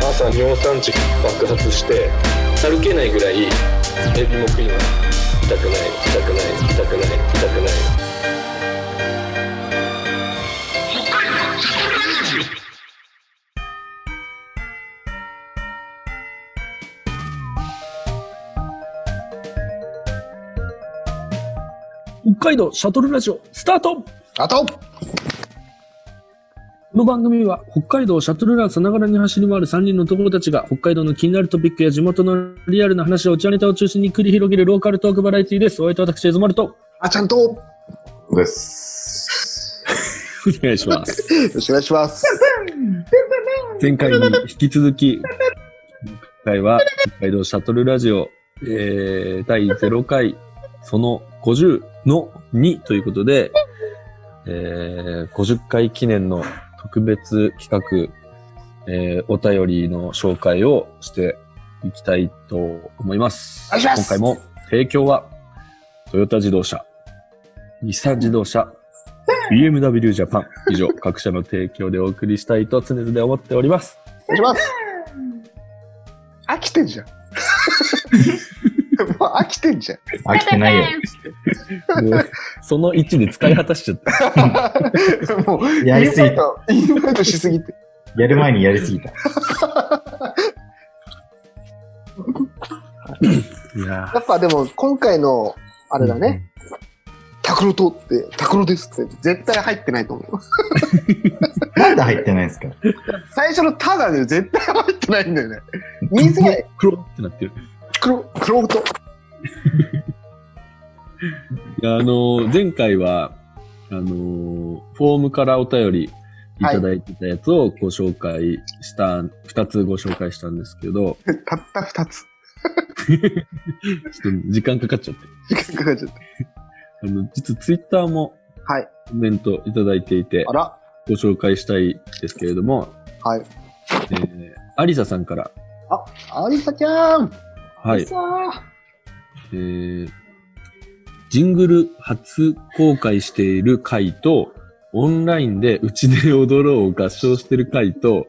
朝尿酸値爆発して歩けないぐらいエビも食います痛くない痛くない痛くない痛くない北海道シャトルラジオスタートこあとの番組は北海道をシャトルランさながらに走り回る3人の男たちが北海道の気になるトピックや地元のリアルな話をお茶ネタを中心に繰り広げるローカルトークバラエティです。お相手は私、エズマルと。あちゃんとよです。お願いします。ろしくお願いします。前回に引き続き、今回は北海道シャトルラジオ、えー、第0回、その50の2ということで、えー、50回記念の特別企画、えー、お便りの紹介をしていきたいと思います。お願いします今回も提供は、トヨタ自動車、日産自動車、BMW ジャパン、以上、各社の提供でお送りしたいと常々思っております。お願いします。飽きてんじ ゃん。もう飽きてん じゃん。飽きてないよ。もうその1で使い果たしちゃった。もう、やりすぎインバイト、インバイトしすぎて。やる前にやりすぎた。いややっぱでも、今回の、あれだね、。拓郎とって、拓郎ですって、絶対入ってないと思う。なんで入ってないんですか最初のただで絶対入ってないんだよね。言い過ぎない。黒ってなってる。黒、黒と。いや、あのー前回は、あのーフォームからお便りいただいてたやつをご紹介した、二、つご紹介したんですけど、たった二つ。ちょっと時間かかっちゃって。時間かかっちゃっあの、実はツイッターもた。はい。コメントいただいていてあ、ら。ご紹介したいですけれども、はい。えー、アリサさんから、ありさちゃん。はありいさ、ーえー、ジングル初公開している回と、オンラインでうちで踊ろうを合唱してる回と、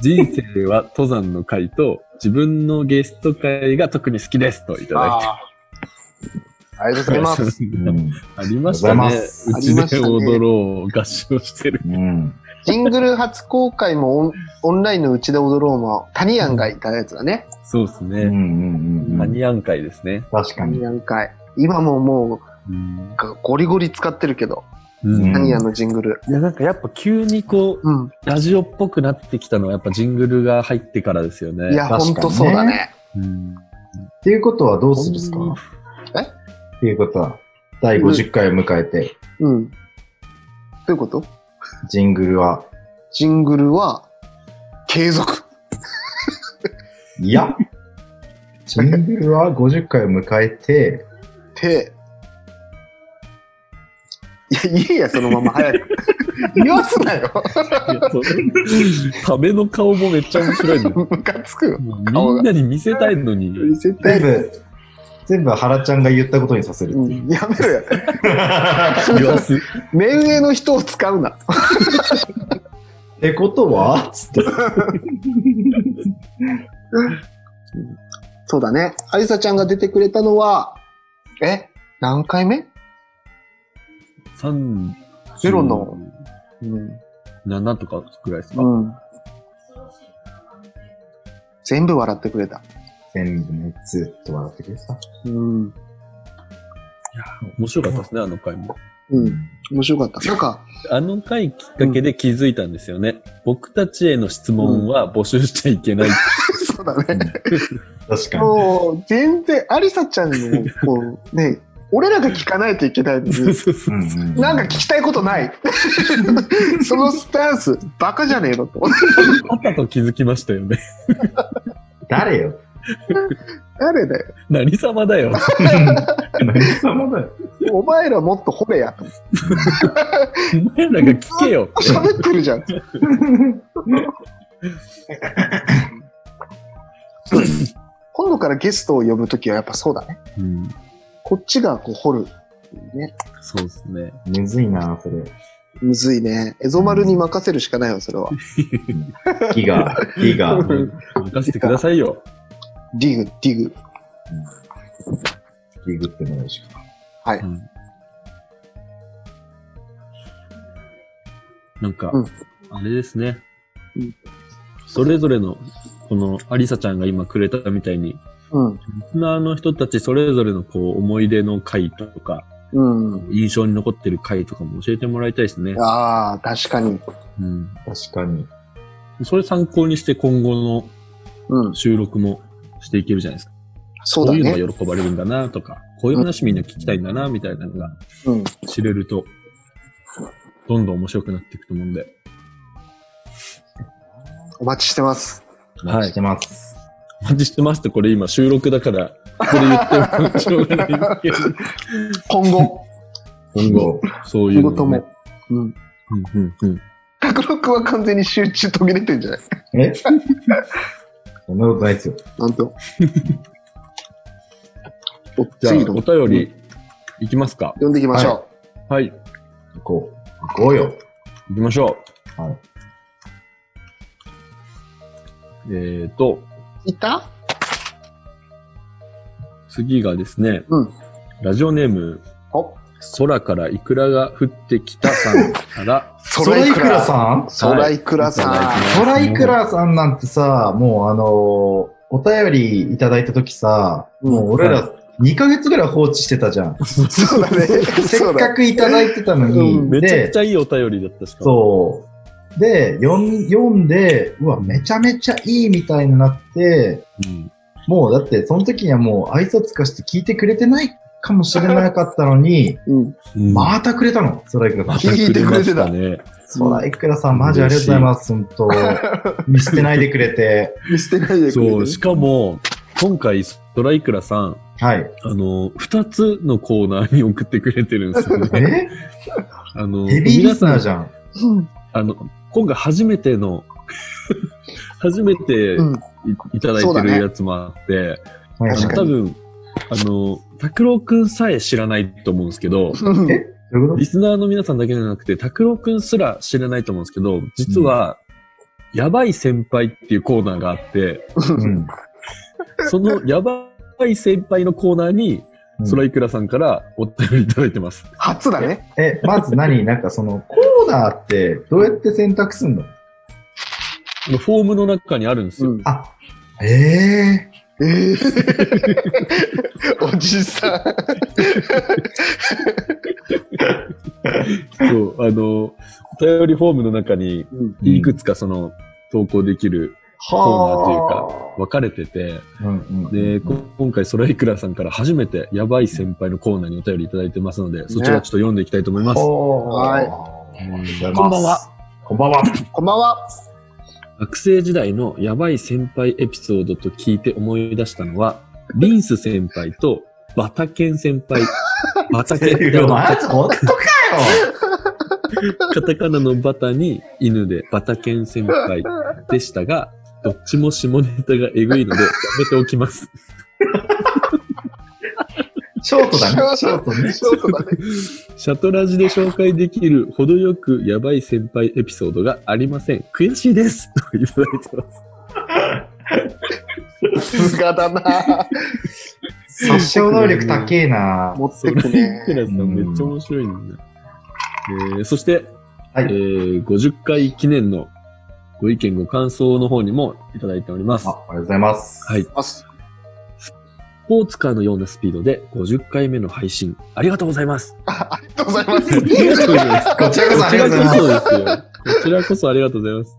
人生は登山の回と、自分のゲスト回が特に好きですといただいてあーありがとうございます。 うん。ありましたねありがとうございます。うちで踊ろうを合唱してる。うん。ジングル初公開もオンオンラインのうちで踊ろうも、タニアンがいたやつだね。そうですうんうね。んうんマうん。ニアン会ですね。確タかにニ。アン会。今ももうんう、ゴリゴリ使ってるけど、うんタニアンのジングル。いや、なんかやっぱ急にこう、うん。ラジオっぽくなってきたのはやっぱジングルが入ってからですよね。いや、確ほかにんねとそうだね。うん、っていうことはどうするんですかえっていうことは、第50回を迎えて、うん。どういうことジングルは、ジングルは、継続。いや、ジングルは50回を迎えて、て、いや、いいや、そのまま早 く。言わすなよ。いやそうための顔もめっちゃ面白いね。ムカつくよ。もう顔みがんなに見せたいのに。絶対全、部、全部原ちゃんが言ったことにさせるう っていんやめろよ。う。言わす。い目上の人を使うな。ってことはつって。そうだね。ありさちゃんが出てくれたのは、え何回目ゼロの。うん。 7とかくらいですか、うん。全部笑ってくれた。全部ね、ずっと笑ってくれてた。うん。面白かったですね、あの回も。うん。面白かった。なんか、 あの回きっかけで気づいたんですよね。僕たちへの質問は募集しちゃいけない。そうだね。確かに。もう、全然、ありさちゃんの、こう、ね、俺らが聞かないといけないのそうに、 そうそううんうんうんなんか聞きたいことない。 そのスタンス、バカじゃねえのと。あったと気づきましたよね。誰よ 誰だよ。何様だよ。何様だよ。お前らもっと掘れや。とお前らが聞けよ。喋ってるじゃん。今度からゲストを呼ぶときはやっぱそうだね。うん、こっちがこう掘る。ね。そうですね。むずいな、それ。むずいね。エゾ丸に任せるしかないわ、それは。ギガ、ギガ。任せてくださいよ。ディグ、ディグ。ギグってものしか。うんなんか、うんあれですねうん。それぞれの、この、アリサちゃんが今くれたみたいに、うん。リスナーの人たちそれぞれのこう思い出の回とか、うん。印象に残ってる回とかも教えてもらいたいですね。ああ、確かに。うん、確かに。それ参考にして今後うんの。収録もしていけるじゃないですか。そうだこういね。うのが喜ばれるんだなとか、こういう話みんな聞きたいんだなみたいなのがうん。知れると、どんどん面白くなっていくと思うんで。お待ちしてます。はいしてます。お待ちしてますってこれ今収録だから、ここで言ってもしょうがないですけど、今後、今後、そういう今の後もとね、も。うん。うんうんうん。卓六は完全に集中途切れてんじゃないえそんなことないですよ。なんと。おじゃあ、次のお便り、いきますか。読んでいきましょう。はい、行こう。行こうよ。行きましょはい。う。えっ、ー、と、い、た次がですね、うんラジオネーム、お空からイクラが降ってきたさんから、ソライクラさん。んソライクラさソ ライクラさんなんてさ、もうあのーお便りいただいたときさ、うんもう俺ら2ヶ月ぐらい放置してたじゃん。ん。そうだね。せそっうだかくいただいてたのうに。めちゃくでち、ゃいいお便りだったしかもそう。で、読ん読んで、うわ、めちゃめちゃいいみたいになって、うんもうだってその時にはもう挨拶化して聞いてくれてないかもしれなかったのに、うん。うんまたくれたの、ソライクラさん。聞いてくれてたまね。ソライクラさん、マジありがとうございます、本当。見捨てないでくれて。見捨てないでくれてそねう、しかも、今回、空イクラさん、はい。あの、二つのコーナーに送ってくれてるんですよね。えあの、ヘビーリスナーじゃん。ゃん。うん。あの、今回初めての、 初めてうん。いいただいそうてだるねやつもあって、はいはい確か多に分、あの、拓郎くんさえ知らないと思うんですけど、うんえどういうこリスナーの皆さんだけじゃなくて、拓郎くんすら知らないと思うんですけど、実は、やばい先輩っていうコーナーがあって、とうん。そのやばい先輩のコーナーに、うん空井倉さんからお便りいただいてます。初だね。え、まず何なんかそのコーナーってどうやって選択すんのフォームの中にあるんですよ。ん。あ、ええええ おじさそう、あの、お便りフォームの中に、ん。うん。いくつかその、投稿できるコーナーというか、分かれてて、うんうんで、こ今回、ソライクラさんから初めて、やばい先輩のコーナーにお便りいただいてますので、そちらちょっと読んでいきたいと思います。は。はいありがとうございますこんばんは。こんばんは。こんばんは。学生時代のやばい先輩エピソードと聞いて思い出したのは、リンス先輩とバタケン先輩。バタケンい や、マジ本当かよ。カタカナのバタに犬でバタケン先輩でしたが、どっちも下ネタがえぐいのでやめておきます。ショートだね。シショョーートトね。ショートだね。シャトラジで紹介できる程よくやばい先輩エピソードがありません。悔しいです といただいてます。さすがだな。殺傷能力高えな。持っそてう、くテね。ラさんめっちゃ面白いんだ。えー、そして、はいえー、50回記念のご意見ご感想の方にもいただいております。あはありがとうございます。い。スあすポーツカーのようなスピードで50回目の配信、ありがとうございます。ありがとうございます。ありがとうございます。こちらこそありがとうございます。こちらこそですよ。こちらこそありがとうございます。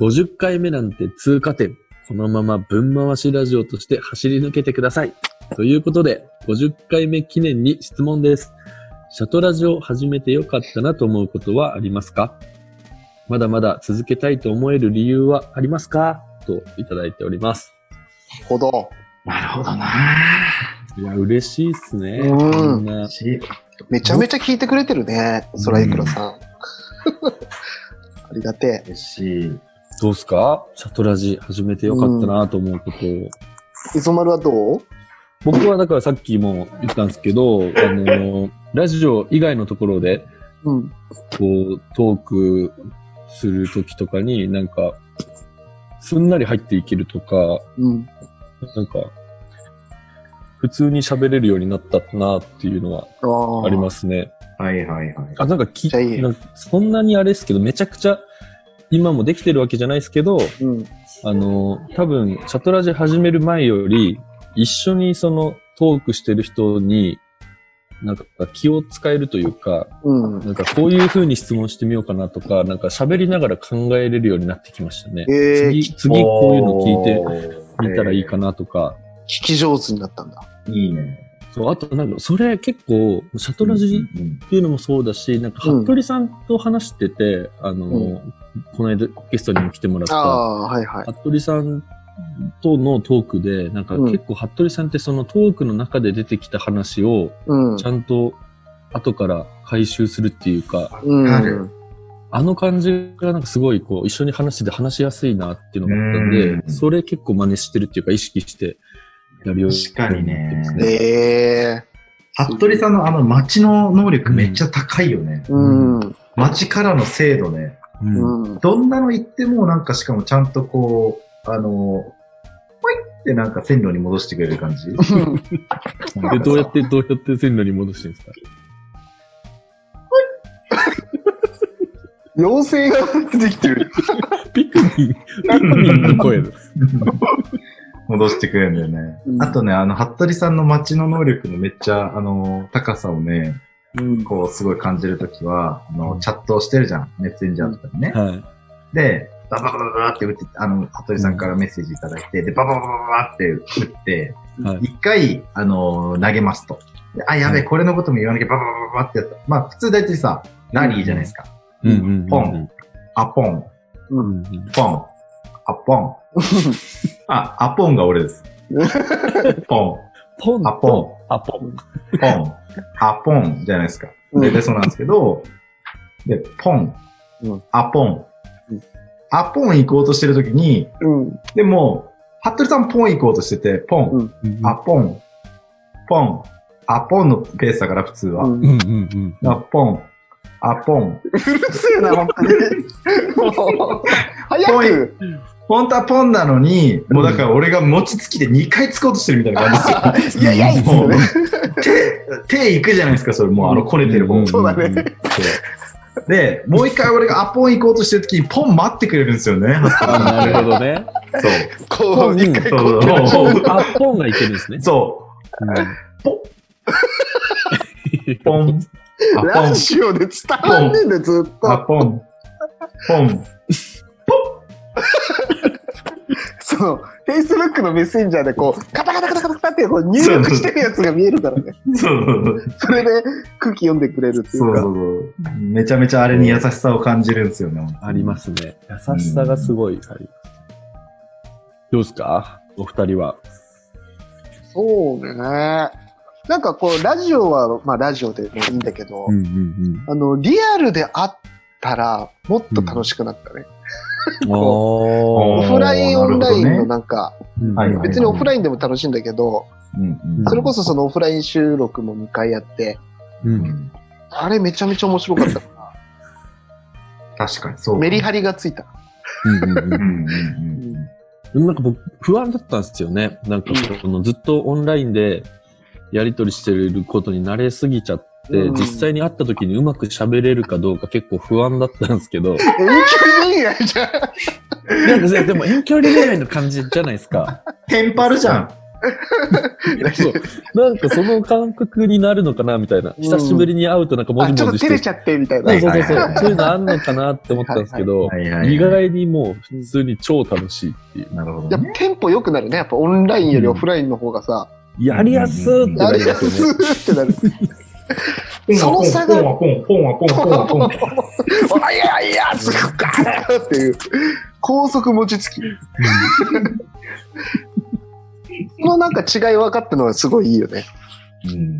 50回目なんて通過点。このまま分回しラジオとして走り抜けてください。ということで、50回目記念に質問です。シャトラジオ始めてよかったなと思うことはありますかまだまだ続けたいと思える理由はありますかといただいております。ほど。なるほどな。いや、嬉しいっすね。うんこんなしめちゃめちゃ聞いてくれてるね。ソライクラさん。ありがて嬉しい。どうっすかシャトラジ始めてよかったなと思うことを。え。磯丸はどう僕はだからさっきも言ったんですけど、あのーラジオ以外のところでうん。こう、トークするときとかに、なんか、すんなり入っていけるとか、うん。なんか、普通に喋れるようになったなっていうのはああ。ありますね。はいはいはい。あ、なんかきめっちゃいいなんかそんなにあれですけど、めちゃくちゃ、今もできてるわけじゃないですけど、す。うん。あの、多分、シャトラジ始める前より、一緒にそのトークしてる人に、なんか気を使えるというか、うん。なんかこういう風に質問してみようかなとか、なんか喋りながら考えれるようになってきましたね。ええ次、次こういうの聞いてみたらいいかな。なとか、聞き上手になったんだ。いいね。そう、あとなんかそれ結構、シャトラジうんっていうのもそうだし、なんか服部さんと話してて、あの、うこの間ゲストにも来てもらっあた、あ、はいはい。服部さんとのトークで、なんかうん結構服部さんってそのトークの中で出てきた話を、うんち。ゃんと後から回収するっていうか、うわかんる。あの感じがなんかすごいこう、一緒に話してて話しやすいなっていうのがあったんで、うんそれ結構真似してるっていうか、意識してやるように確かにねなってますえね。え服部さんのあの街の能力めっちゃ高いよね。うん。街からの精度ね。うんうん。 どんなの行ってもなんかしかもちゃんとこう、あの、ポイってなんか線路に戻してくれる感じ。で、どうやって、どうやって線路に戻してるんですか妖精が出てきてる。ピクミン、ピクミンの声だ。戻してくれるんだよね。うんあとね、あの、服部さんの街の能力のめっちゃ、あの、高さをね、うん。こう、すごい感じるときは、あの、チャットをしてるじゃん。メッセンジャーとかにね。はい。で、ババババババって打って、あの、服部さんからメッセージいただいて、で、バババババって打って、はい一回、あの、投げますと。であ、やべえ、これのことも言わなきゃ、バババババってやった。まあ、普通大体さ、ラリーじゃないですか。うんうんうんうん。ポンアポン、ううんん。うんポン、アポ ン。あ、アポンが俺です。ポポンン、アポン。アポン。ポン、アポンじゃないですか。うん大体そうなんですけど、で、ポンうん、アポンうん、アポン行こうとしてるときに、うん。でも、服部さんポン行こうとしてて、ポうン、んアポン、ポン、アポンのペースだから普通は。うんうんうんうん。アポン、アポン、うるせえな、本当に。もう早く。本当はポンなのに、もうだから俺が餅つきで2回つこうとしてるみたいな感じですよ。いやいやいやもう手、 手行くじゃないですか、それもうあの、こねてる方。そうだね。で、もう一回俺がアポン行こうとしてる時にポン待ってくれるんですよね。あなるほどね。そう。こう、一回そこうう。そうそうあ、ポンがいけるんですね。そポう。ポン。アポラン。ジオで伝わんねえんだよ、ずっアと。ポン。ポン。その、Facebook のメッセンジャーでこう、カタカタカタカタカタってこう入力してるやつが見えるからね。そうそうそれで空気読んでくれるっていそううか。そうそう。めちゃめちゃあれに優しさを感じるんですよね。。ありますすね。優しさがすごい。ありますどうですかお二人は。そうね。なんかこう、ラジオは、まあラジオでもいいんだけど、うんうんあの、リアルで会ったら、もっと楽しくなったね。うん。おおオーフライン、オンラインなるほどのねなんか、ーはいはい別にオフラインでも楽しいんだけど、うんうんそれこそそのオフライン収録も2回やって、ううんんあれめちゃめちゃ面白かったな。確かにそう。メリハリがついた。うんうんうんうんうん。なんか僕、不安だったんですよね。なんかその、ずっとオンラインでやりとりしてることに慣れすぎちゃって、うん実際に会った時にうまく喋れるかどうか結構不安だったんです けど、遠距離恋愛じゃん。なんかでも遠距離恋愛の感じじゃないですか。テンパるじゃん。 そう。なんかその感覚になるのかなみたいな。うん久しぶりに会うとなんかモジあ、ちょっモジとし照て。れちゃってみたいなそう。そうそうそはいうは。いそういうのあんのかなって思ったんですけど、はいはいはい意外にもう普通に超楽しいっていう。なるほやどっねぱ。テンポ良くなるね。やっぱオンラインよりオフラインの方がさ、やりやすーってやなりりやますすよね。ってなる。その差がポンはポン、ポンはポン、ポンはポン。あいやいや、すぐガーっていう。高速餅つき。そのなんか違い分かったのはすごいいいよね。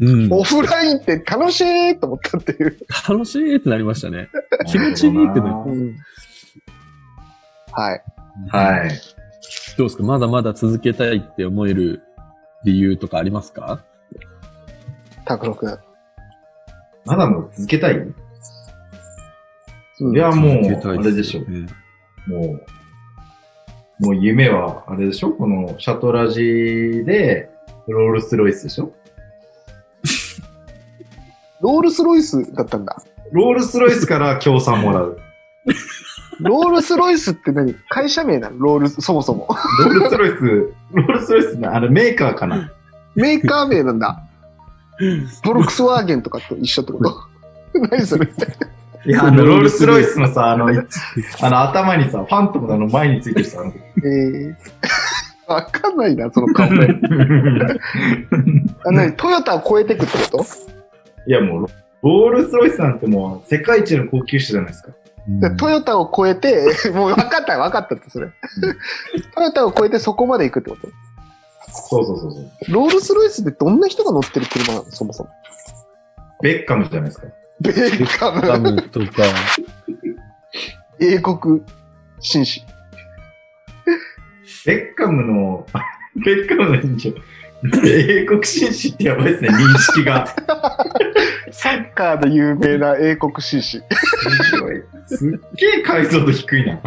うんうん。オフラインって楽しいと思ったっていう。楽しいってなりましたね。 気持ちいいってなははい。い。どうですかまだまだ続けたいって思える理由とかありますか拓郎くん。まだもう続けたいうんいや、も続けたう、あいれでしょ。ねもう、もう夢は、あれでしょこの、シャトラジで、ロールスロイスでしょロールスロイスだったんだ。ロールスロイスから協賛もらう。ロールスロイスって何会社名なのロールス、そもそも。ロールスロイス、ロールスロイスな、あれメーカーかなメーカー名なんだ。ボロクスワーゲンとかと一緒ってこと 何それいや、あの、ロールスロイスのさ、あの、あの頭にさ、ファントムのあの前についてる さ、あのえー、 わかんないな、その顔名。あ何トヨタを超えてくってこといや、もう、ロールスロイスなんてもう、世界一の高級車じゃないですか。うんでトヨタを超えて、 もう分かった、分かったって、それ。トヨタを超えてそこまで行くってことそうそうそうそう。ロールスロイスってどんな人が乗ってる車なのそもそも。ベッカムじゃないですか。ベーカガム、ムとか、英国紳士。ベッカムの、 ベッカムの人情。英国紳士ってやばいですね、認識が。 サッカーで有名な英国紳士。すっげえ解像度低いな。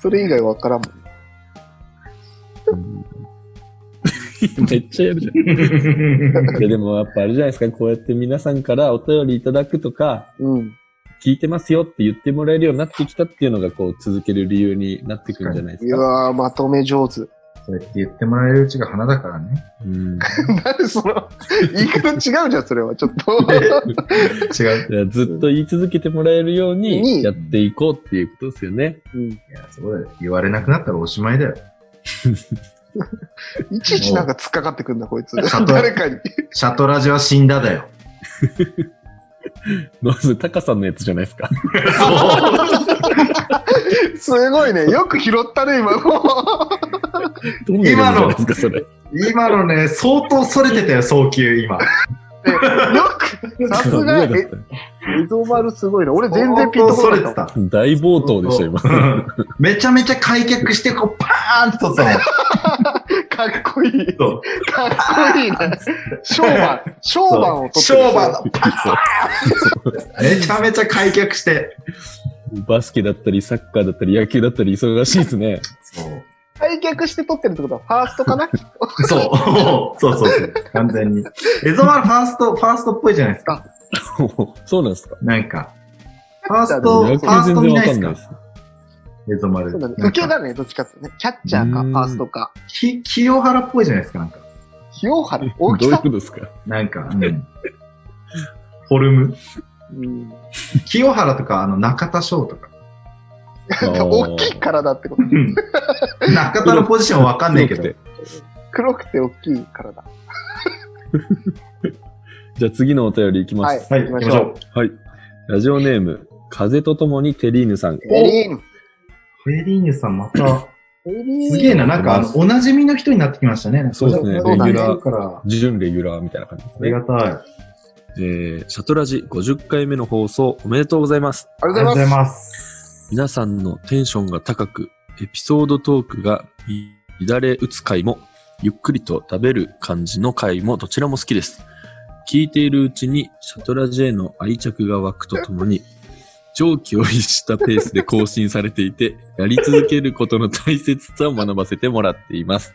それ以外分からんもん。 めっちゃやるじゃん。いやでもやっぱあれじゃないですか、こうやって皆さんからお便りいただくとか、うん。聞いてますよって言ってもらえるようになってきたっていうのが、こう続ける理由になってくるんじゃないでいすやか。ー、まとめ上手。 そうやって言ってもらえるうちが花だからね。うんなんでその、言い方違うじゃん、それは。ちょっと。違う。いやずっと言い続けてもらえるようににやっていこうっていうことですよね。うんいや、そうだよ。言われなくなったらおしまいだよ。いちいちなんか突っかかってくんだ、こいつ。砂糖誰かに。 シャトラジは死んだだよ。まず、タカさんのやつじゃないですか。そう。すごいね。よく拾ったね、今。もうどんな意味なんじゃないですか、それ。今のね、相当それてたよ、早急、今。よく、さすが、え、だったエゾマルすごいな。俺全然ピンとこそなれかてった。た。 大暴騰でした、今。うんめちゃめちゃ開脚して、こう、パーンって撮ったの。かっこいい。そうかっこいいね。ショーマン。ショーマンを取ってシるョーバーのパーンめちゃめちゃ開脚して。バスケだったり、サッカーだったり、野球だったり、忙しいですね。 そう。開脚して取ってるってことは、ファーストかなそう。 そうそうそう。完全に。エゾマルファースト、ファーストっぽいじゃないですか。そうなんですか。なんか。ファースト、フ野ァー球全然スト見わないかでんすないかです。エゾマル。そうだね。なん受けかだね、どっちかっていうとね。キャッチャーか、うんファーストか。き清原っぽいじゃないですか、なんか。清 原。ど大ういきうさこ。とですかなんか、うん。フォルム。うん清原とか、あの、中田翔とか。大きい体ってこと。うん中田のポジションわかんないけど。黒く黒くて大きい体。じゃあ次のお便りいきまはす。い。はい、行きまし行きまょしう。ょはい。ラジオネーム、風とともにテリーヌさん。エリーン。う。フェリーニさん、また、エリーン。すげえな、なんか、あの、お馴染みの人になってきましたね。そうですねそうだレね。ギュラーから、準レギュラーみたいな感じであすりねが。たい。あえー、シャトラジ50回目の放送おめでとうございます。ありりがとうございます。ます。皆さんのテンションが高く、エピソードトークが乱れ打つ回も、ゆっくりと食べる感じの回もどちらも好きです。聞いているうちにシャトラジへの愛着が湧くとともに、 上気を逸したペースで更新されていて、やり続けることの大切さを学ばせてもらっています。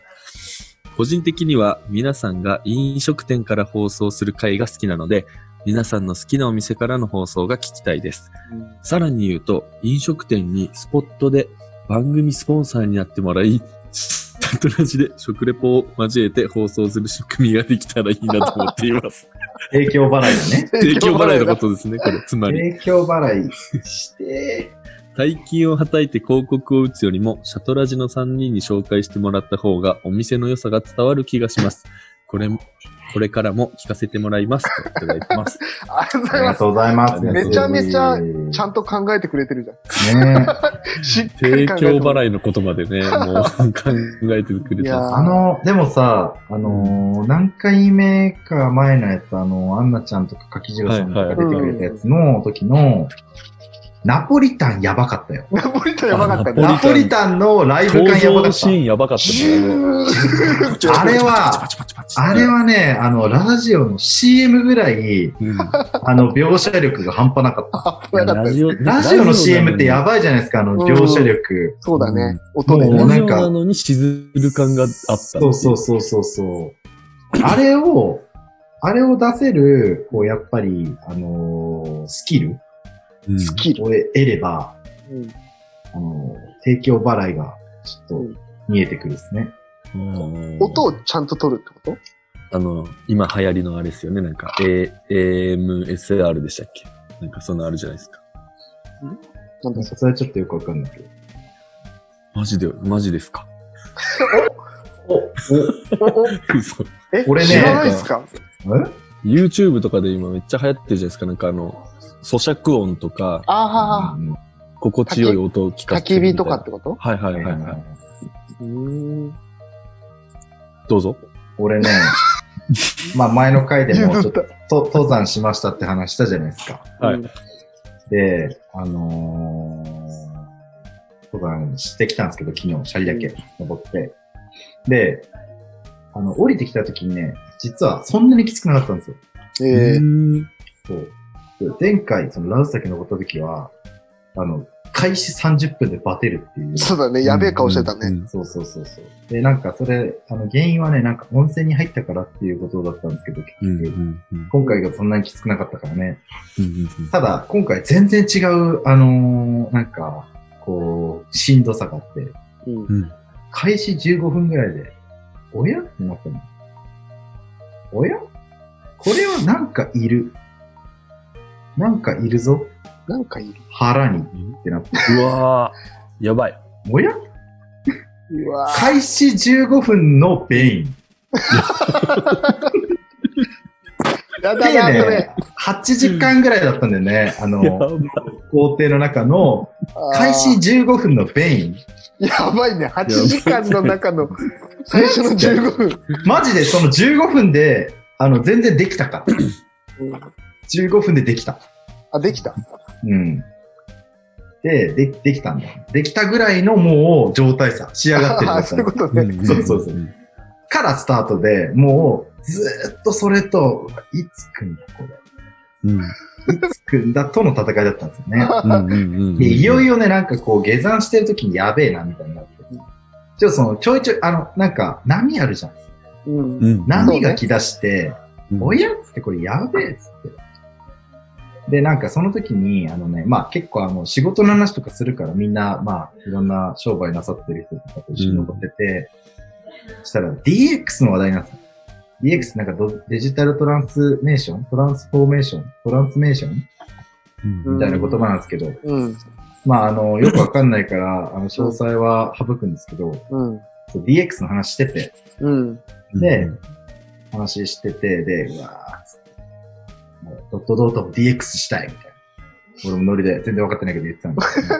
個人的には皆さんが飲食店から放送する回が好きなので、皆さんの好きなお店からの放送が聞きたいです。さらに言うと、飲食店にスポットで番組スポンサーになってもらい、シャトラジで食レポを交えて放送する仕組みができたらいいなと思ってい ます。提供払いだね。提供払いのことですね、これ。つまり、提供払いして、大金をはたいて広告を打つよりも、シャトラジの3人に紹介してもらった方がお店の良さが伝わる気がします。これも、これからも聞かせてもらいます。といただいてます。ありがとうご あざいりまがす。とうございます。めちゃめちゃちゃんんと考えてくれてるじゃとね。ん。しっか提り供 考えてる。 払いのことまでね、もう 考えてくれいてやまーあの、でもさ、あのー何回目か前のやつ、あの、アンナちゃんとか柿次郎さんとか出てくれたやつの時の、ナポリタンやばかったよ。ナポリタンやばかったあね。ナポリタンのライブ登感やばか場っシたー。ンやばかったジもんね。ューあれは、あれはね、あの、ラジオの CM ぐらい、うんあの、描写力が半端なかった。やばかったですオラジオの CM ってやばいじゃないですか、あの、うん描写力。そうだね。音もでうラね。なジんオかなのに沈る感があった。そうそうそうそうそう。あれを、あれを出せる、こう、やっぱり、あのースキルうん。スキル。を得れば、うんあのー提供払いが、ちょうっんと、見えてくるですね。うん音をちゃんと取るってことあの、今流行りのあれですよね。なんか、A、AMSR でしたっけなんかそんなあるじゃないですか。なんだそそれはちょっとよくわかんないけど。マジで、マジですか。 お、れ。おお嘘えこれね知らないですかお、え YouTube とかで今めっちゃ流行ってるじゃないですか。なんかあの、咀嚼音とか、あはは。うん心地よい音を聞か焚せてきるみ火たといかなってことはいはいはいは。はいうい。ーん。どうぞ。俺ね、 まあ前の回でもち譲ょっっとと登山しましたって話したじゃないですか。た。はいうんで、あのー、登山してきたんですけど、昨日、シャリだけ登って。で、あの、降りてきた時にね、実はそんなにきつくなかったんですよ。えーー、そう。で前回、そのラウス崎登った時は、あの、開始30分でバテるっていう。そうだね。やべえ顔してたうね。んそうそうそうそう。で、なんかそれ、あの、原因はね、なんか温泉に入ったからっていうことだったんですけど、結う局。んうんうん今回がそんなにきつくなかったからね。うんうんただ、今回全然違う、あのーなんか、こう、しんどさがあって、うんうんうん開始15分ぐらいで、おやってなったの。おやこれはなんかいる。なんかいるぞ。なんかいる。腹にってなって。うわー、やばい。おやうわー開始15分のベイン。やでだな、それね。、8時間ぐらいだったんだよね。あやばの、工程の中の、開始15分のベイン。あーやばいね。8時間の中の最初の15分。マジでその15分で、あの、全然できたか。15分でできた。あ、できた。うん。で、でできたんだ。できたぐらいのもう状態さ、仕上がってる あ状ーそういうこ態とうね。ん そうそうそうからスタートで、もうずーっとそれと、うわいつくんだ、これ。うんいつくんだとの戦いだったんですよ ね。うんうんうんで、いよいよね、なんかこう、下山してる時にやべえな、みたいになって。ちょっとその、ちょいちょい、あの、なんか、波あるじゃん。うんう。ん波が来だして、うんおやっつってこれやべえっつって。で、なんかその時に、あのね、まあ結構あの仕事の話とかするからみんな、まあいろんな商売なさってる人とかと一緒に登ってて、したら DX の話題になってた。DX なんかどデジタルトランスメーショントランスフォーメーショントランスメーションうんみたいな言葉なんですけど、うん。まああの、よくわかんないから、あの、詳細は省くんですけど、うん。そう DX の話してて、うん。で、話してて、で、うわーっつって、もうドットドットも DX したいみたいな。俺もノリで全然分かってないけど言ってたんだ けど。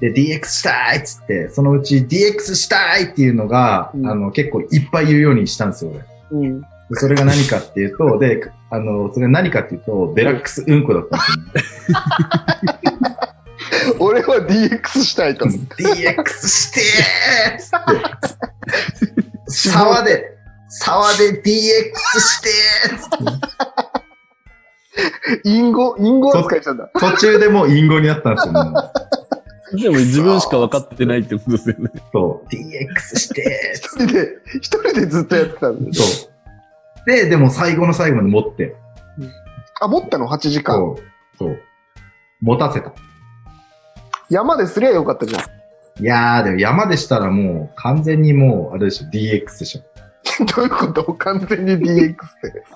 で、DX したいっつって、そのうち DX したいっていうのが、うんあの、結構いっぱい言うようにしたんですよ、俺。でうん。それが何かっていうと、で、あの、それが何かっていうと、デラックスうんこだったんで俺は DX したいと。すよ、ね。DX してーっつって。沢で、沢で DX してーっつって。隠語、隠語使いしたんだ。途中でもう隠語になったんですよ、もう。でも自分しか分かってないってことですよね。そう。DX して一人で、一人でずっとやってたんだ。そう。で、でも最後の最後に持って。あ、持ったの ?8 時間。そう。そう。持たせた。山ですりゃよかったじゃん。いやー、でも山でしたらもう完全にもう、あれでしょ、DX でしょ。 どういうこと完全に DX って。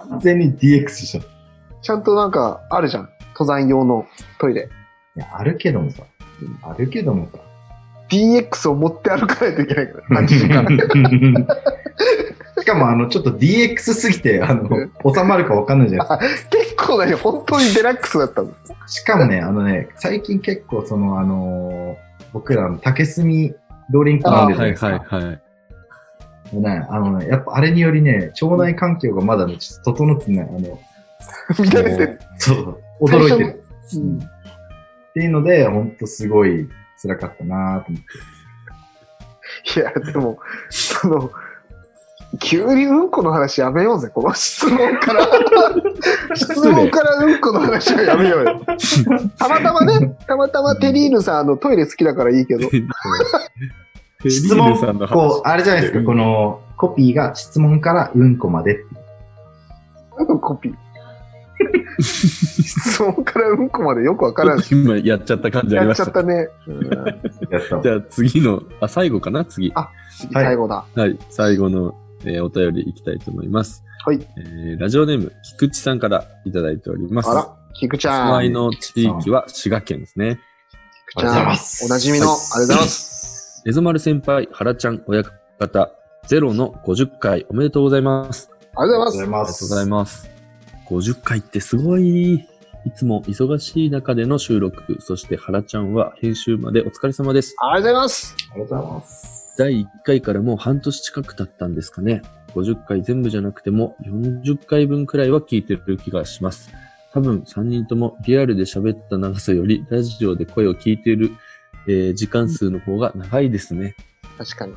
完全に DX でしょ。いちゃんとなんか、あるじゃん。登山用のトイレ。や、あるけどもさ。あるけども さ。 DX を持って歩かないといけないから、8時間。しかも、あの、ちょっと DX すぎて、あのうん、収まるかわかんないじゃないですか。結構だよ、本当にデラックスだったの。 しかもね、あのね、最近結構、その、あのー僕らの竹炭ドリンク飲んでるじゃないですか。はい。もうね、あのね、やっぱあれによりね、腸内環境がまだね、ちょっと 整ってない。あの、乱れてる。そう、驚いてる。うんっていうので、ほんとすごい辛かったなと思って。いや、でも、その、急にうんこの話やめようぜ、この質問 から。質問からうんこの話はやめよう よ。たまたまね、たまたまテリーヌさん、あの、トイレ好きだからいいけど。質リー問ヌさんの、話こう、あれじゃないでうすか、んこのコピーが質問からうんこまで。うんコピー。 質問からうんこまでよくわからんし。ちょっと今やっちゃった感じありまやっちゃし。ったたね。やったじゃあ次の、あ、最後かな次。次最後だ。はい、最後の、えーお便りいきたいと思います。はいえーラジオネーム、菊池さんからいただいております。あら、菊ちおゃ住まん。いの地域は滋賀県ですね。菊ちゃん。おなじみの、ありがとうございます。エゾマル先輩、原ちゃん、親方、ゼロの50回おめでとうございます。ありがとうあごりざいがとうございまありまがとうす。ございます。50回ってすごい。いつも忙しい中での収録、そして原ちゃんは編集までお疲れ様ですす。。ありがとうございます。ありがとうございます。第1回からもう半年近く経ったんですかね。50回全部じゃなくても40回分くらいは聞いてる気がします。多分3人ともリアルで喋った長さよりラジオで声を聞いている、えー時間数の方が長いですね。確かに。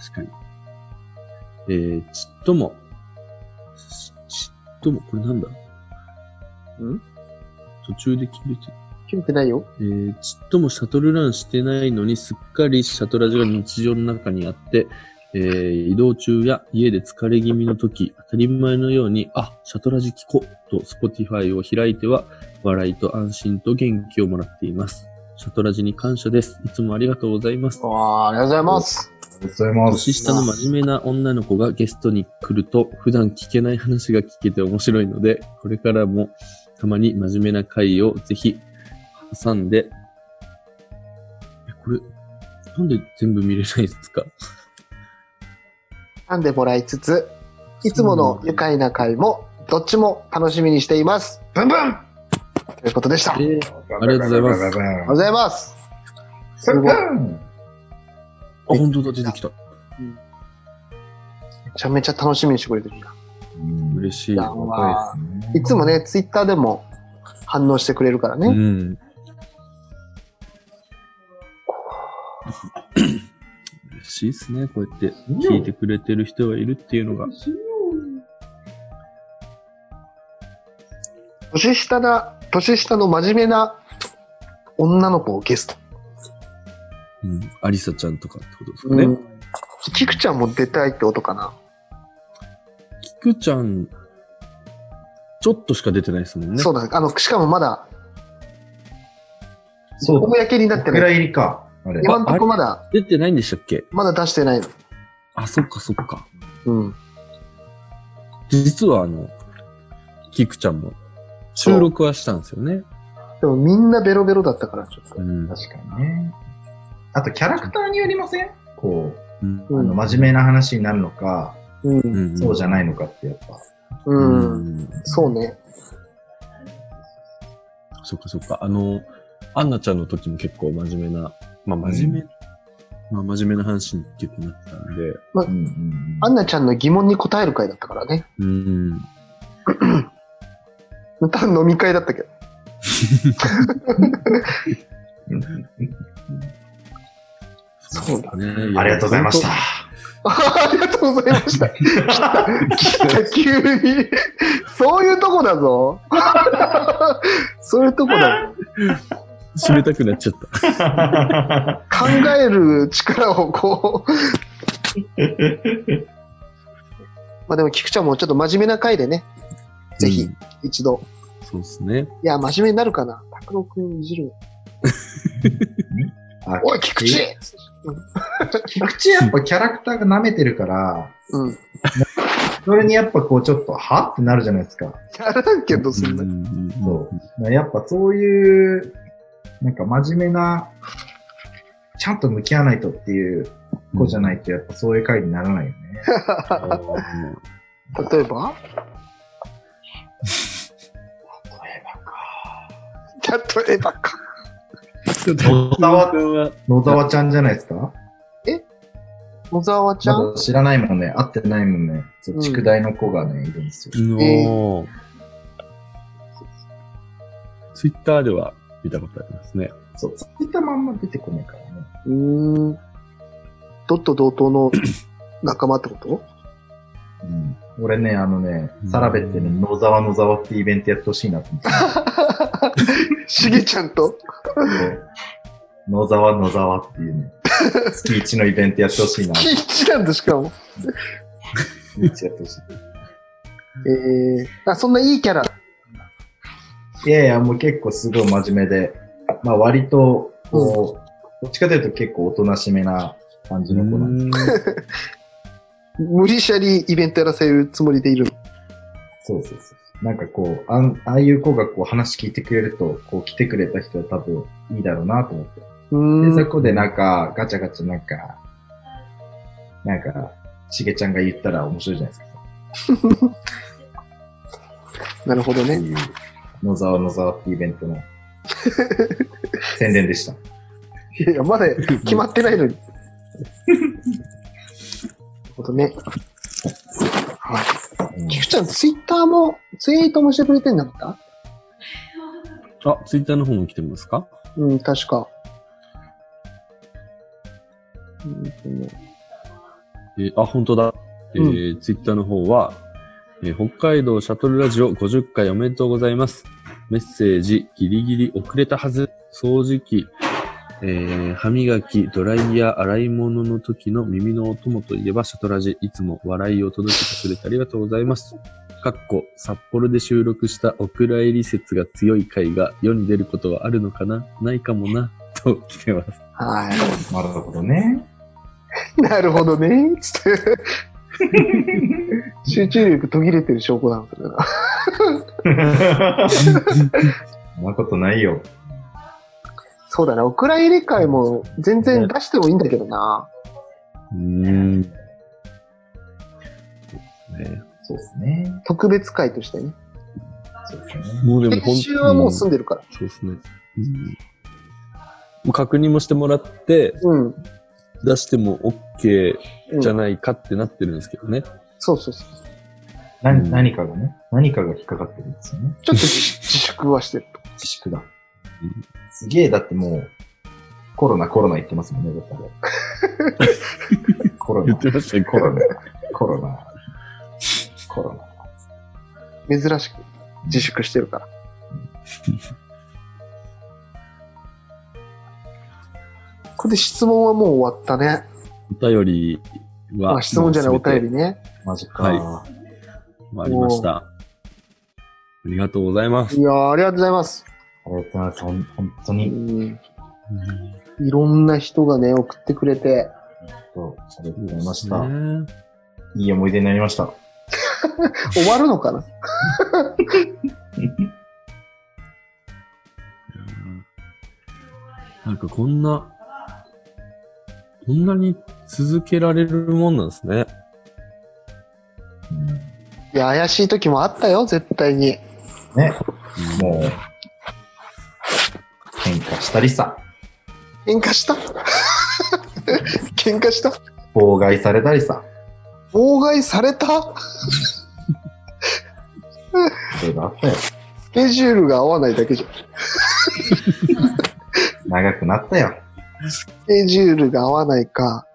確かに。えー、ちっとも、ちちっとも、これなんだん途中で切れて切れてないよ。えーちっともシャトルランしてないのに、すっかりシャトラジが日常の中にあって、えー移動中や家で疲れ気味の時、当たり前のように、あ、シャトラジ聞こうと Spotify を開いては、笑いと安心と元気をもらっています。シャトラジに感謝です。いつもありがとうございます。あーありがとうございます。ありがとうございます。年下の真面目な女の子がゲストに来ると普段聞けない話が聞けて面白いので、これからもたまに真面目な回をぜひ挟んで、え、これ、なんで全部見れないんですか噛んでもらいつつ、いつもの愉快な会も、どっちも楽しみにしています。ブンブンということでした。あえりがーありがとうございますとうございます。すごい。めあ、本当だ、出てきた。ちゃめちゃ楽しみにしてくれてる。嬉し嬉しい。いうやい。若いですねいつもね、ツイッターでも反応してくれるからね。ん。嬉しいですね、こうやって聞いてくれてる人がいるっていうのが。年下な、年下の真面目な女の子をゲスト。うん、アリサちゃんとかってことですかね。うん。菊ちゃんも出たいってことかな。キクちゃん、ちょっとしか出てないですもんね。そうだね。あの、しかもまだ、そうだ。公になって桜ない。入りか。あれ。今んとこまだ、出てないんでしたっけまだ出してないの。あ、そっかそっか。うん。実はあの、キクちゃんも収録はしたんですよね。でもみんなベロベロだったから、ちょっとう。ん。確かにね。あと、キャラクターによりませんこうんう、あの、真面目な話になるのか、う。うんんそうじゃないのかって、やっぱ。うん。そうね。そっかそっか。あの、アンナちゃんの時も結構真面目な、まあ真面目、まあ真面目な話に結構なったんで、うんうんうんアンナちゃんの疑問に答える会だったからね。うん。ただ飲み会だったけど。 うんうんそうだね。ありがとうございました。。ありがとうございました。来た、急に。そういうとこだぞ。そういうとこだよ。締めたくなっちゃ った。考える力をこう。まあでも、菊ちゃんもちょっと真面目な回でね、ぜひうん一度。そうですね。いや、真面目になるかな。拓郎くんいじる。あおい、菊池 菊池やっぱキャラクターが舐めてるから、うん。いそれにやっぱこうちょっと、はってなるじゃないですか。やらんけど、そんなう。んうんうんそう。やっぱそういう、なんか真面目な、ちゃんと向き合わないとっていう子じゃないと、やっぱそういう回にならないよね。あ ー例えば例えばか。野沢君は、野沢ちゃんじゃないですか小沢ちゃまんだ知らないもんね。会ってないもんね。そうう、ん宿題の子がね、いるんですよ。の、ツイッターでは見たことありますね。そう、ついたまんま出てこないからね。うーん。ドット同等の仲間ってことうん。俺ね、あのねう、んサラベってね、野沢野沢ってイベントやってほしいなと思って。しげちゃんと野沢野沢っていうね、月一のイベントやってほしいな。月一なんだしかも。月一やってほしえー、あ、そんないいキャラ。い。いやいや、もう結構すごい真面目で、まあ割と、こう、どっちかというと結構おとなしめな感じの子なんで、無理しゃりイベントやらせるつもりでいるの。そうそうそう。なんかこう、あんああいう子がこう話聞いてくれると、こう来てくれた人は多分いいだろうなと思っうて。で、ーそん。こでなんか、ガチャガチャなんか、なんか、しげちゃんが言ったら面白いじゃないですか。なるほどってね。いう、野沢野沢ってイベントの宣伝でした。いやいや、まだ決まってない のに。なるほどね。はい。うん菊ちゃん、ツイッターも、ツイートもしてくれてんだったあ、ツイッターの方も来てますかうん、確か。うんとねえーあ、本当だ。えーツイッターの方は、えー北海道シャトルラジオ50回おめでとうございます。メッセージギリギリ遅れたはず。掃除機、えー歯磨き、ドライヤー、洗い物の時の耳のお供といえばシャトラジ。いつも笑いを届けてくれてありがとうございます。かっこ、札幌で収録したお蔵入り説が強い回が世に出ることはあるのかなないかもな。と来てます。はなるほどね。い。 なるほど ね。つって。集中力途切れてる証拠なのかな。そんなことないよ。そうだな。お蔵入れ替えも全然出してもいいんだけどな。うーん。そうですね。そうですね。特別会としてね。そうですね。もうでも編集はもう済んで、でるから。そうですね。うんもう確認もしてもらって、うん。うん出しても OK じゃないかってなってるんですけどね。そうそうそう。なうん何かがね、何かが引っかかってるんですよね。ちょっと自自粛はしてると。自粛だ。すげえ、だってもう、コロナコロナ言ってますもんね、 だから。コロ言ナっ、てましたよコロナ、コロナ、コロナ。珍しく自粛してる から。これで質問はもう終わったね。お便りは。あ、質問じゃない、お便り。りね。マジか。はありました。ありがとうございます。いやーありがとうございます。ありがとうございます。ほん本当うに。んいろんな人がね、送ってくれて。そうありがとうございました。ねいい思い出になりました。終わるのかななんかこんな、こんなに続けられるもんなんですね。うんいや、怪しい時もあったよ、絶対に。ね、もう、変化したりさ、喧嘩した 喧嘩した妨害されたりさ、妨害されたいろいろあったよ。スケジュールが合わないだけじゃん。長くなったよ。スケジュールが合わないか、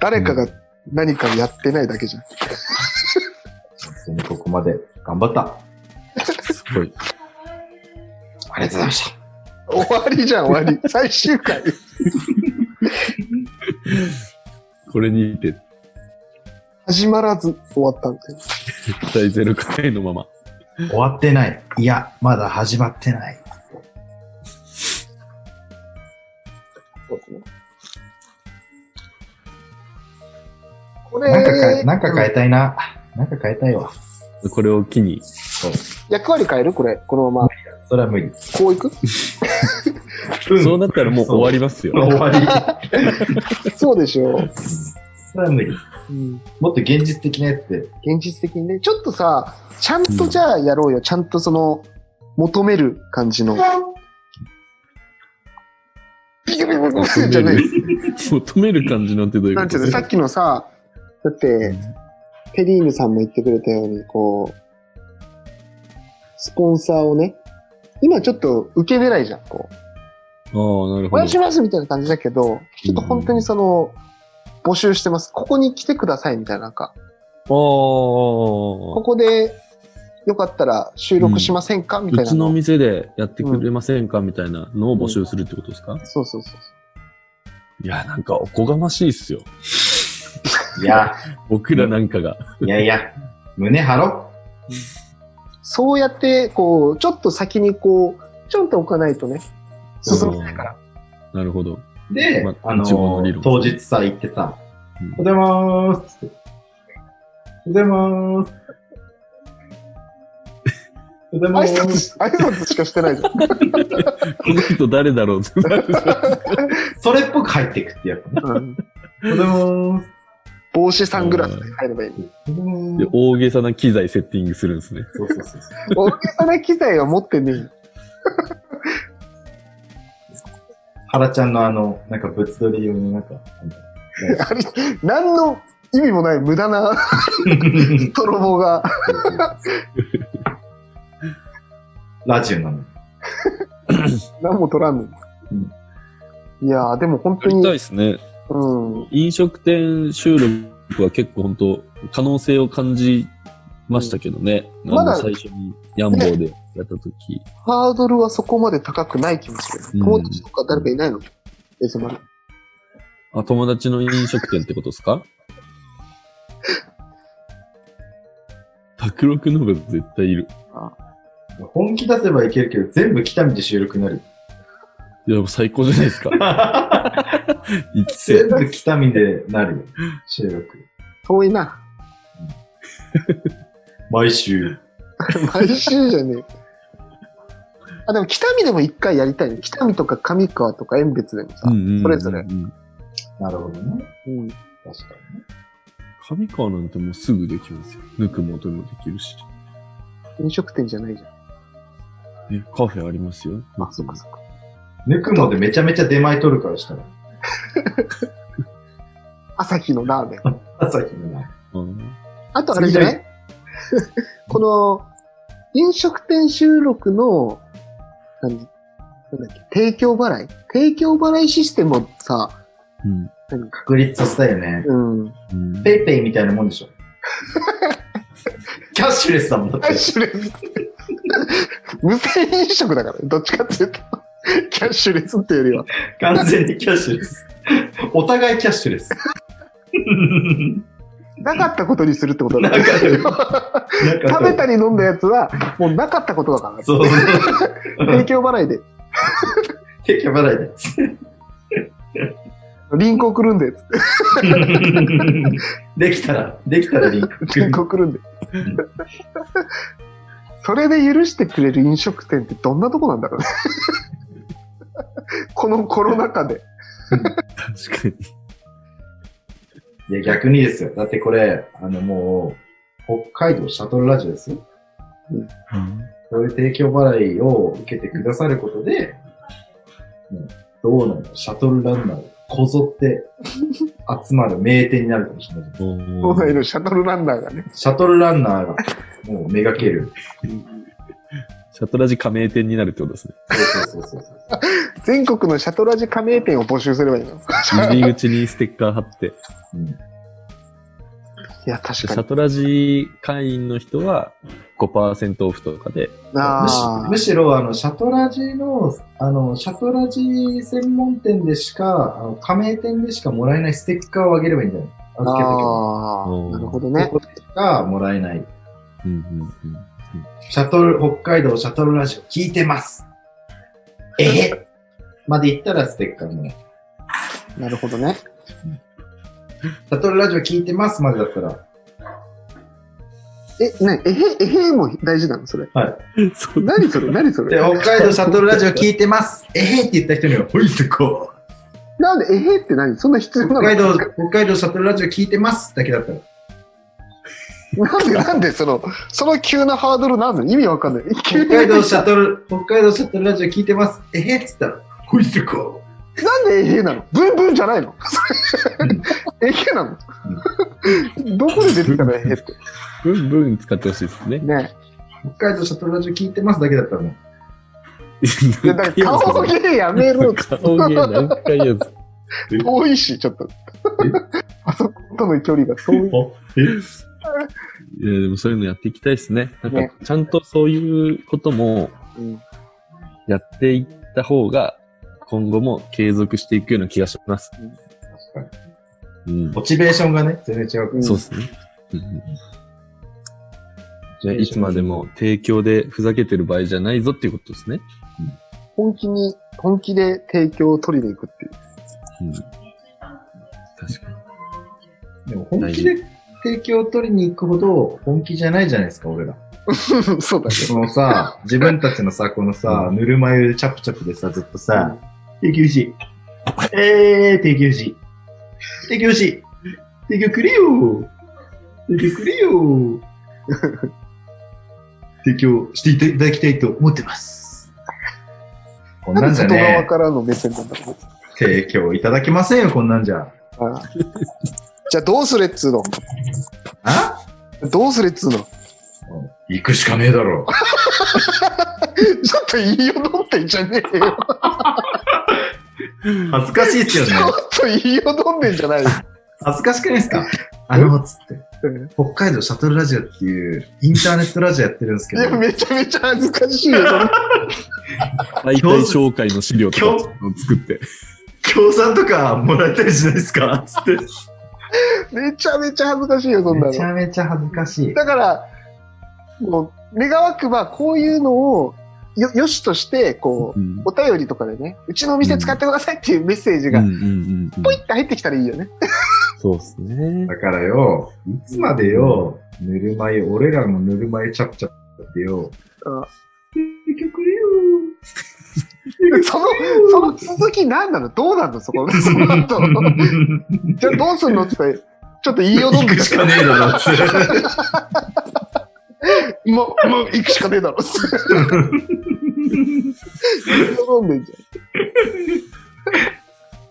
誰かが何かをやってないだけじゃん。本当にここまで頑張った。すごい。ありがとうございました。終わりじゃん、終わ り。最終回。これにて、始まらず終わったんだよ。絶対ゼロ回のまま。終わってない。いや、まだ始まってない。これなんか変え、なんか変えたいな。なんか変えたいわ。これを機に、役割変えるこれ。このまま。それは無理。こうい くそうなったらもう終わりますよ。終わり。そうでしょう。それは無理。うんもっと現実的なやつで。現実的にね、ちょっとさ、ちゃんとじゃあやろうよ、ちゃんとその、求める感 じの。ビクビクビクビ クじゃない。 求める感じなんてどういうなこんてというの、さっきのさ、だって、ペリーヌさんも言ってくれたように、こう、スポンサーをね、今ちょっと受け狙いじゃん、こあう。あ、なるほおど願い。しますみたいな感じだけど、ちょっと本当にその、募集してます。ここに来てくださいみたいな、なんか、こあこでよかったら収録しませんか、みあ、うたいなちの。の店でやってくれませんかみたいなのを募集するってことですかそうそうそう。いや、なんかおこがましいっすよ。いや、僕らなん かが。いやいや、胸張ろそうやって、こう、ちょっと先にこう、ちょんと置かないとね、進めないから。なるほど。う。で、まあの自分の理論当日さ、行ってさ、うんおはようございますって。おはようございます。おはようござい挨ます。拶、挨拶しかしてないじゃん。この人誰だろうってなるじゃんそれっぽく入っていくってやつね。うんおはようございます。帽子サングラスで入ればいい。おはようござ でいます大げさな機材セッティングするんですね。そうそうそうそ大う。げさな機材は持ってねえよ。原ちゃんのあの、なんか物撮り用のなんか、あのあれ何の意味もない無駄な泥棒が。ラジオなの。何も取らんのにうんいやー、でも本当やりたいに、ですね。うん、飲食店収録は結構本当可能性を感じましたけどね。うんまだあの最初にヤンボーでやった時。ハードルはそこまで高くない気もする。うん友達とか誰かいないの、えそのあ、友達の飲食店ってことですか拓六の方が絶対いる。本気出せばいけるけど、全部北見で収録になる。いや、もう最高じゃないですか。一期生全。部北見でなるよ収録。遠いな。毎週。 毎週じゃねえ。あ、でも北見でも一回やりたいね。北見とか上川とか遠別でもさ、それぞれ。うんなるほどね。うん、確かに上ね。川なんてもうすぐできますよ。ぬくもともできるし。飲食店じゃないじゃん。ね、カフェありますよ。あ、そっかそっか。ぬくもでめちゃめちゃ出前取るからしたら。朝日のラーメン。朝日のな。うんあとあれじゃない この、飲食店収録の、何なんだっけ、提供払い提供払いシステムをさ、うん。何か、確立させたよね。うん。うんペイペイみたいなもんでしょ。 キャッシュレスだもんだっキャッて。シュレス。 無制飲食だから、どっちかっていうと。キャッシュレスっていうよりは。完全にキャッシュレス。お互いキャッシュ レス。なかったことにするってことだ なかったよ。なんか食べたり飲んだやつは、もうなかったことだから。 そう提供払いで、提供払いです。リンク送るんで、つっできたら、できたらリンク。てリンク送るんで。それで許してくれる飲食店ってどんなとこなんだ ろうね。このコロナ禍で。確かに。いや、逆にですよ。だってこれ、あのもう、北海道シャトルラジオですよ。そういう提供払いを受けてくださることで、もうどうなのシャトルランナー、こぞって集まる名店になるかもしれない。都お内ーのシャトルランナーがね。シャトルランナーが、もうめがける。シャトラジ加盟店になるってことですね。そうそうそうそう。全国のシャトラジ加盟店を募集すればいいの。入り口にステッカー貼って。でうんいや、シ確かャに。トラジ会員の人は5%オフとかで。むしあむしろあのシャトラジのあのシャトラジ専門店でしかあの加盟店でしかもらえないステッカーをあげればいいんじゃないあ。預けたけどあうあ。んなるほどね。ここでしかもらえないうんうんうん。シャトル北海道シャトルラジオ聞いてますええまで行ったらステッカーもらえるなるほどね。シャトルラジオ聞いてますまでだったらえ、なにえへ、えへも大事なのそれ。そう何それ何そでれ北海道シャトルラジオ聞いてますええって言った人にはほいそこなんで、えへって何そんな必要北なの海道北海道シャトルラジオ聞いてますだけだったらなんで、なんで、その、その急なハードルなんの意味わかんない。急北に出て海道きシたャトル、北海道シャトルラジオ聞いてます。えへっつったら、ほいすか。なんでえへなのブンブンじゃないのえへなのどこで出てきたのえへって。ブンブン使ってほしいですね。ね北海道シャトルラジオ聞いてますだけだったらもう、いやだから 顔芸やめろって顔芸何回やつ。遠いし、ちょっと。あそことの距離が遠 い。いや、でもそういうのやっていきたいですね。なんねか、ちゃんとそういうこともうんやっていった方が、今後も継続していくような気がします。確かうんに。モチベーションがね、全然違うかんそうですね。うんじゃあいつまでも提供でふざけてる場合じゃないぞっていうことですね。本気に、本気で提供を取りに行くっていう。うん、確かに。ら。でも本気で提供を取りに行くほど本気じゃないじゃないですか、俺ら。そうだ ね。そのさ、自分たちのさ、このさ、ぬるま湯でチャプチャプでさ、ずっとさ、提供し、えー、提供し、提供し、提供くれよ提供くれ よ提供していただきたいと思ってます。こんななんんでじゃ外側ね、からの目線なんだろう。提供いただけませんよ、こんなんじゃ。あ あじゃあどうすれっつうのあどうすれっつうの ちょ行くしかねえだろ。っと言いよどってんじゃねえよ。恥ずかしいっすよねち。ょっと言いよどんでんじゃないよ。 恥ずかしくないですかあの、つって。北海道シャトルラジオっていうインターネットラジオやってるんですけいどや、、めちゃめちゃ恥ずかしいよ。媒体紹介の資料とかを作って。協賛とかもらえたりしないですかつって。めちゃめちゃ恥ずかしいよ、そんなめのち。ゃめちゃ恥ずかしい。だから、もう、願わくば、こういうのをよ、よしとして、こう、うんお便りとかでね、うちのお店使ってくださいっていうメッセージうんうが、んうんポうんイって入ってきたらいいよね。そうですね。だからよ、いつまでよ、ぬるま湯、俺らのぬるま湯チャプチャプってよ、うん結局よ、その、その続き何なのどうなのそこ、その後。じゃあどうすんのって言ったら、ちょっと言いよどん行でくしかねえだろ、つって。もう、もう行くしかね えだろ。言いよどんでんじ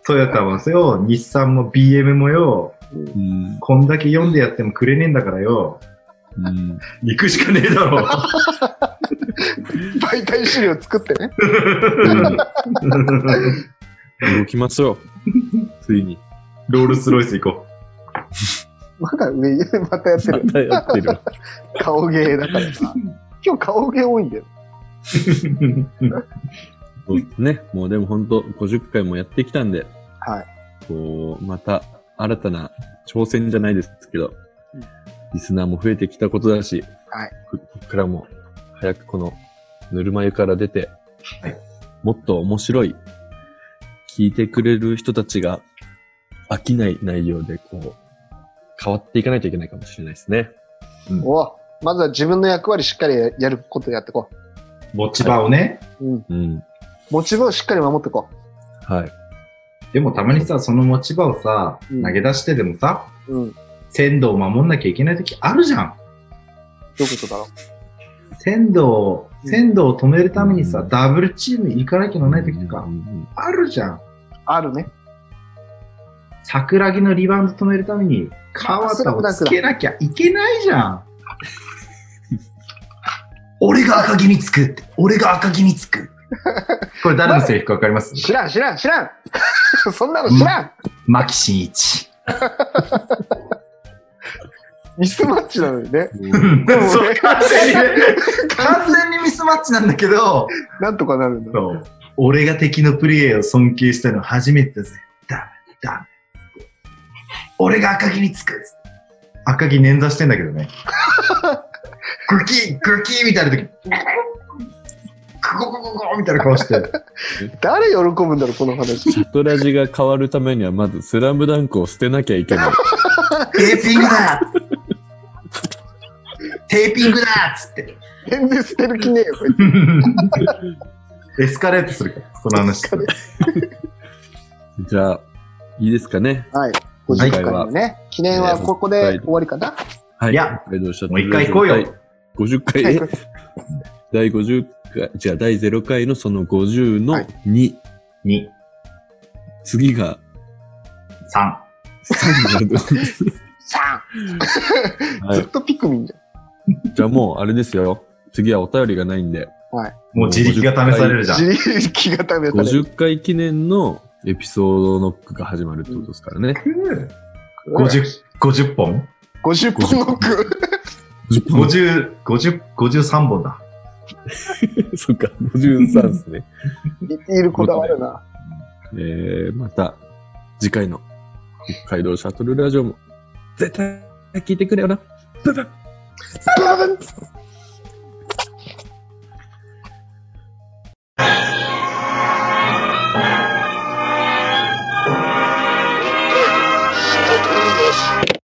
トヨタはよ、日産も BM もよ、うんこんだけ読んでやってもくれねえんだからよ、うん行くしかねえだろ。ゃん。媒体資料作ってね。動きまし ょう。ついに。 ロールスロイス行こまだ上、またやってまる。たやってる。顔芸だからさ。今日顔芸多いんだよ。う。そうですね。もうでも本当50回もやってきたんで、はいこう、また新たな挑戦じゃないですけどうん、リスナーも増えてきたことだし、はいここっからも早くこのぬるま湯から出て、はいもっと面白い、聞いてくれる人たちが飽きない内容でこう、変わっていかないといけないかもしれないですね。おまずは自分の役割しっかりやることやってこ 持ち場をね。う。うん。うん。持ち場をしっかり守ってこはい。でもたまにさ、その持ち場をさ、うん投げ出してでもさ、う。うん。ど鮮度を守んなきゃいけない時あるじゃん。ういうことだろ鮮度を、うん鮮度を止めるためにさ、うんダブルチーム行かなきゃならない時とうかん、うんあるじゃん。う。あるね。桜木のリバウンド止めるために、川田をつけなきゃいけないじゃん。 俺が赤木につくって。俺が赤木につく。これ誰のセリフかわかり ます知らん、知らん、知らん。そんな の知らん。牧真一。ミスマッチなのにね。うんでも そう完全に、完全にミスマッチなんだけど、 なんとかなるんだ。そう俺が敵のプレイを尊敬したの初めてだぜ。ダメ、ダメ。俺が赤木につく。赤木捻挫してんだけどね。グキー、グキーみたいな時、クココココみたいな顔して。誰喜ぶんだろう、この話。シャトラジが変わるためには、まず、スラムダンクを捨てなきゃいけ ない。テーピングだテーピングだっつって。全然捨てる気ねえよ、こいエスカレートするから、その話。じゃあ、いいですかね。つ。はい。今回50回はのね、記念はここで終わりかな。はいや、北海道シャトもう一ルラ回ジ行オこうよ。第50回、はいえ第50回、じゃあ第0回のその50のはい2、 2、次が3。 3にな さるあ、はずっい。とピクミンじゃん。じゃあもう、あれですよ。次はお便りがないんで、はいもう自力が試されるじゃん。自力が食べた50回記念のエピソードノックが始まるってことですからね。 50、50本50本ノック。 50本。 ?50、50、53本だ。 そっか、53ですね。ディティールこだわるな。えー、また、次回の北海道シャトルラジオも、絶対聞いてくれよな。ブブブブン